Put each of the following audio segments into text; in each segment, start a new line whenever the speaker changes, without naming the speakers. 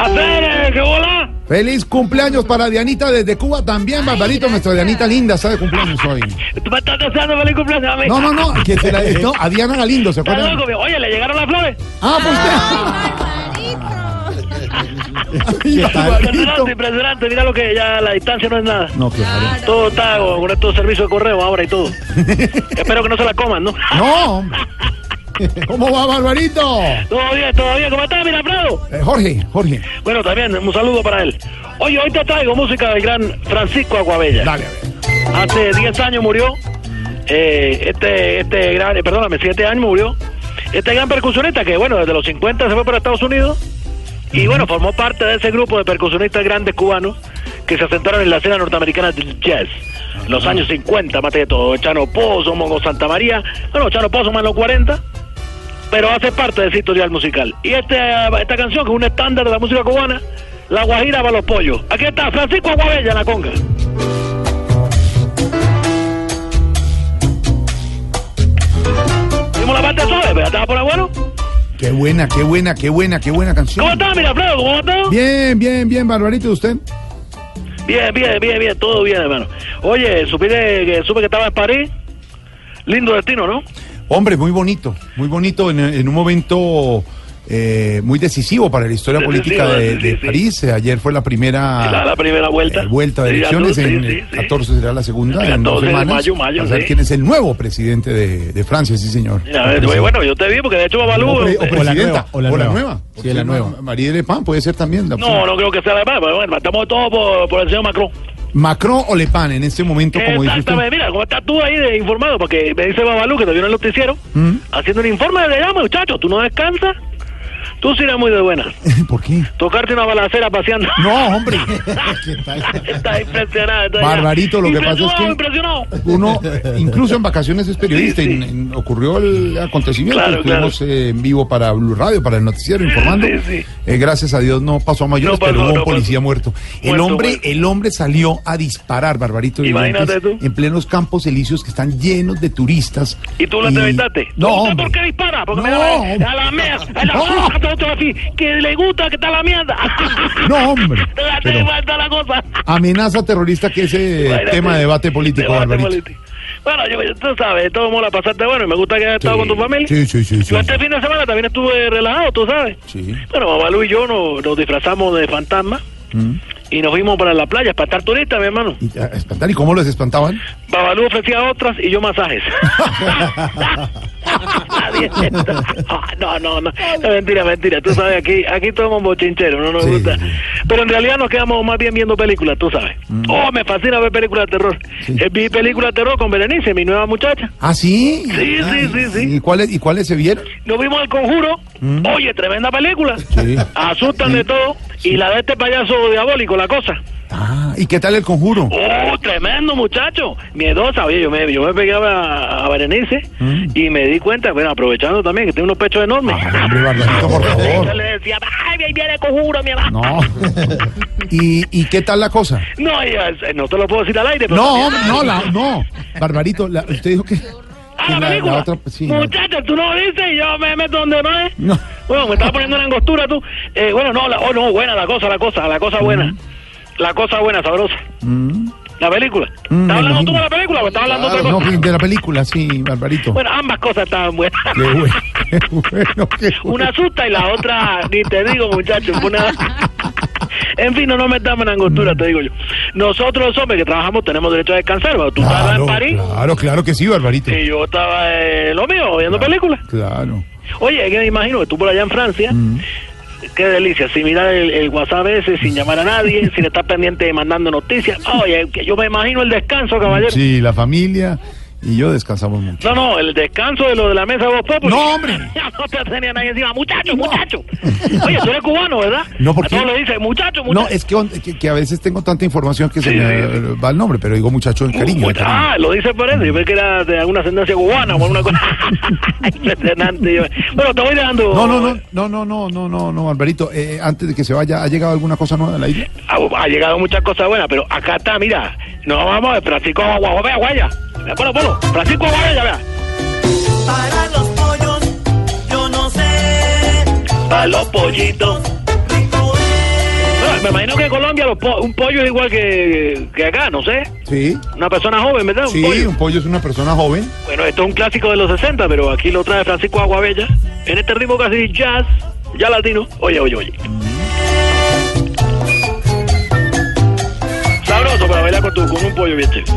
¡Hacer, eh, qué bola!
Feliz cumpleaños para Dianita desde Cuba también, Barbarito, nuestra Dianita linda, está de cumpleaños hoy.
¿Tú me estás deseando feliz cumpleaños a mí?
No, no, no, que se la, no, a Diana Galindo, ¿se
¿Estás
acuerdan?
loco, viejo? Oye, ¿le llegaron las flores?
Ah, pues usted. Ay, Barbarito.
Impresionante, impresionante. Mira lo que ya la distancia no es nada.
No, claro.
Todo está con con estos servicios de correo ahora y todo. Espero que no se la coman, ¿no?
No, hombre. ¿Cómo va, Barbarito?
Todo bien, todo bien. ¿Cómo estás, mira, Prado?
Eh, Jorge, Jorge.
Bueno, también un saludo para él. Oye, hoy te traigo música del gran Francisco Aguabella.
Dale, a ver.
Hace 10 años murió. eh, este, este gran, eh, perdóname, 7 años murió. Este gran percusionista que, bueno, desde los 50 se fue para Estados Unidos. Y bueno, formó parte de ese grupo de percusionistas grandes cubanos que se asentaron en la escena norteamericana del jazz. En los años 50, más de todo. Chano Pozo, Mongo Santa María. Bueno, Chano Pozo más los 40. Pero hace parte de ese historial musical. Y este, esta canción, que es un estándar de la música cubana, La Guajira para los Pollos. Aquí está Francisco Aguabella en la conga. ¿Vimos la parte suave? ¿Verdad? ¿Estaba por ahí bueno?
Qué buena, qué buena, qué buena, qué buena
¿Cómo
canción.
estás, Miraflores? ¿Cómo estás?
Bien, bien, bien, Barbarito, ¿y usted?
Bien, bien, bien, bien, todo bien, hermano. Oye, supiste que supe que estaba en París. Lindo destino, ¿no?
Hombre, muy bonito, muy bonito en, en un momento eh, muy decisivo para la historia
Decisivo,
política de,
sí, sí,
de
sí.
París. Eh, Ayer fue la primera
la, la primera vuelta.
eh, vuelta de
Sí, ya tú,
elecciones,
sí,
en
sí,
el
sí.
14 será la segunda,
El
en dos
14 de
semanas,
mayo, mayo,
para saber
sí.
quién es el nuevo presidente de, de Francia, sí señor.
Mira, a ver, oye, bueno, yo te vi porque de hecho Babalú.
o, pre- o
eh,
presidenta,
o la nueva, o la nueva.
o
Sí, la nueva.
María Le Pen puede ser también. la opción.
no, no creo que sea la verdad, pero bueno, estamos todos por, por el señor Macron.
Macron o Le Pen en este momento, como dice usted.
Exactamente, mira, ¿cómo estás tú ahí de informado? Porque me dice Babalú que te vio en el noticiero
Mm.
haciendo un informe de llama, muchachos. Tú no descansas, tú sí eres muy de buena.
¿Por qué?
Tocarte una balacera paseando.
No, hombre. ¿Qué
Está
tal?
impresionado. está
Barbarito, lo que pasa es que-
Impresionado, Impresionado.
Uno, eh, incluso en vacaciones es periodista,
Sí, sí.
en- en- ocurrió el acontecimiento,
Claro,
estuvimos
claro.
eh, en vivo para Blue Radio, para el noticiero, informando.
Sí, sí.
Eh, gracias a Dios no pasó a mayores,
No pasó,
pero hubo
no
un policía
pasó.
muerto. El
Muerto,
hombre,
muerto.
el hombre salió a disparar, Barbarito, de
Imagínate
Vivantes,
tú.
en plenos campos elíseos que están llenos de turistas.
¿Y tú lo entrevistaste?
No,
¿Usted
hombre.
por qué dispara? Porque me
No,
da
hombre.
la, a la mierda, a la
No.
mierda, todo esto así, que le gusta que está la mierda.
No, hombre.
Te da- te
Pero
falta la cosa.
amenaza terrorista que ese
Imagínate.
tema de debate político,
Debate
Barbarito.
político. Bueno, yo- yo- tú sabes, todo mola pasaste bueno y me gusta que hayas estado
Sí.
con tu familia.
Sí, sí, sí, sí.
Yo este fin de semana también estuve relajado, tú sabes.
Sí.
Bueno, Babalu y yo nos, nos disfrazamos de fantasma
Mm.
y nos fuimos para la playa para estar turistas, mi hermano.
Y, a- a espantar, ¿y cómo los espantaban?
Babalú ofrecía otras y yo masajes. Ah, no, no, no, no, mentira, mentira. Tú sabes, aquí aquí somos bochincheros, no nos
Sí,
gusta.
sí.
Pero en realidad nos quedamos más bien viendo películas, tú sabes.
Mm.
Oh, me fascina ver películas de terror. Eh, Vi películas de terror con Berenice, mi nueva muchacha.
¿Ah, sí?
Sí,
Ah,
sí, sí, sí.
¿Y cuáles, y cuáles se vieron?
Nos vimos El Conjuro. Oye, tremenda película.
Mm. Sí.
Asustan
Sí.
de todo. Y la de este payaso diabólico, la cosa.
Ah, ¿y qué tal el conjuro?
¡Oh, tremendo, muchacho! Miedosa. Oye, yo me, yo me pegaba a Berenice y me di cuenta, bueno, aprovechando también que tiene unos pechos enormes.
Mm. Ah, hombre, Barbarito, por
Yo
favor.
le decía, ¡ay, ahí viene conjuro, mi mamá!
No. ¿Y, ¿Y qué tal la cosa?
No, y, eh, no te lo puedo decir al aire, pero...
No, hombre, no, la, no. Barbarito, la- usted dijo que. que
¡Ah, la película!
otra, pues, sí, la-
Muchacho, tú no lo dices y yo me meto donde no es.
No.
Bueno, me estaba poniendo una angostura tú. Eh, bueno, no, la, oh, no, buena la cosa, la cosa, la cosa buena.
Mm.
La cosa buena, sabrosa. La película.
Mm,
¿Estás hablando tú
imagino.
de la película o estás hablando de otra
No,
cosa?
de la película, sí, Barbarito.
Bueno, ambas cosas estaban buenas.
Qué bueno, qué bueno, qué bueno.
Una asusta y la otra, ni te digo, muchachos. En fin, no nos metamos en angostura, te digo yo. Nosotros, los hombres que trabajamos, tenemos derecho a descansar. ¿verdad? Tú estabas en
Claro,
París
claro, claro que sí, Barbarito.
y yo estaba eh, lo mío, viendo películas.
Claro.
Oye, es que me imagino que tú por allá en Francia,
Mm.
qué delicia, sin mirar el, el WhatsApp ese, sin llamar a nadie, sin estar pendiente de mandando noticias. Oye, que yo me imagino el descanso, caballero.
Sí, la familia y yo descansamos mucho.
No, no, el descanso de lo de la mesa de Voz Populi.
No, hombre.
no te tenía nadie encima. Muchacho, muchacho. Oye, tú eres cubano, ¿verdad?
No, ¿por
A
qué?
todos le dicen, muchacho, muchacho.
No, es que, on- que, que a veces tengo tanta información que se me
sí,
va el nombre, pero digo muchacho de cariño. de
Mucha-
cariño.
Ah, lo dice por eso. Yo pensé que era de alguna ascendencia cubana o alguna cosa. Impresionante. yo- Bueno, te voy dejando.
No, no, no, no, no, no, no, no, no, Alvarito, eh, antes de que se vaya, ¿ha llegado alguna cosa nueva de la isla?
Ha, ha llegado muchas cosas buenas, pero acá está, mira. No, vamos, de Francisco Aguayo, vea, Guaya. Vea, Ponlo, ponlo. Francisco Aguayo, ya vea.
Para los pollos, yo no sé.
Para los pollitos.
Rico es.
Bueno, me imagino que en Colombia los po- un pollo es igual que, que acá, no sé.
Sí,
Una persona joven, ¿verdad? Un
sí,
pollo.
un pollo es una persona joven.
Bueno, esto es un clásico de los 60, pero aquí lo trae Francisco Aguabella. En este ritmo casi jazz, ya latino. Oye, oye, oye. Sabroso para bailar con, tu, con un pollo, bien chévere.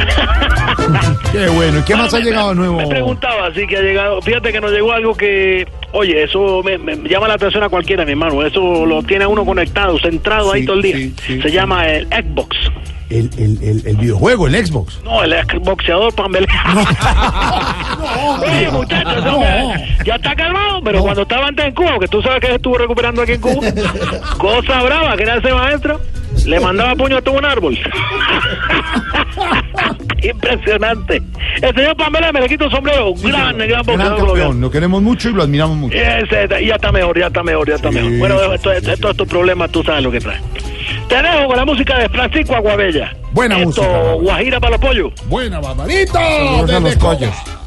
Qué bueno, ¿y qué más ha llegado nuevo?
Ah, Me preguntaba, así que ha llegado. Fíjate que nos llegó algo que. Oye, eso me, me llama la atención a cualquiera, mi hermano. Eso lo tiene a uno conectado, centrado ahí
Sí,
todo el día.
sí, sí.
Se llama el Xbox.
El, el, el, el videojuego, el Xbox.
No, el exboxeador Pambelé. Oye, muchachos, eso me- ya está calmado, pero cuando estaba antes en Cuba, que tú sabes que él estuvo recuperando aquí en Cuba, cosa brava, que era ese maestro, le mandaba puño a todo un árbol. Impresionante. El señor Pambelé me le quito el sombrero. gran, gran
Gran
boxeador colombiano.
campeón, lo queremos mucho y lo admiramos mucho.
Ese, y ya está mejor, ya está mejor, ya está
Sí,
mejor. Bueno,
sí,
esto,
sí,
esto-
sí.
estos problemas tú sabes lo que trae. Te dejo con la música de Francisco Aguabella.
Buena
Esto,
música.
Guajira para los pollos.
Buena, barbarito. Desde los pollos.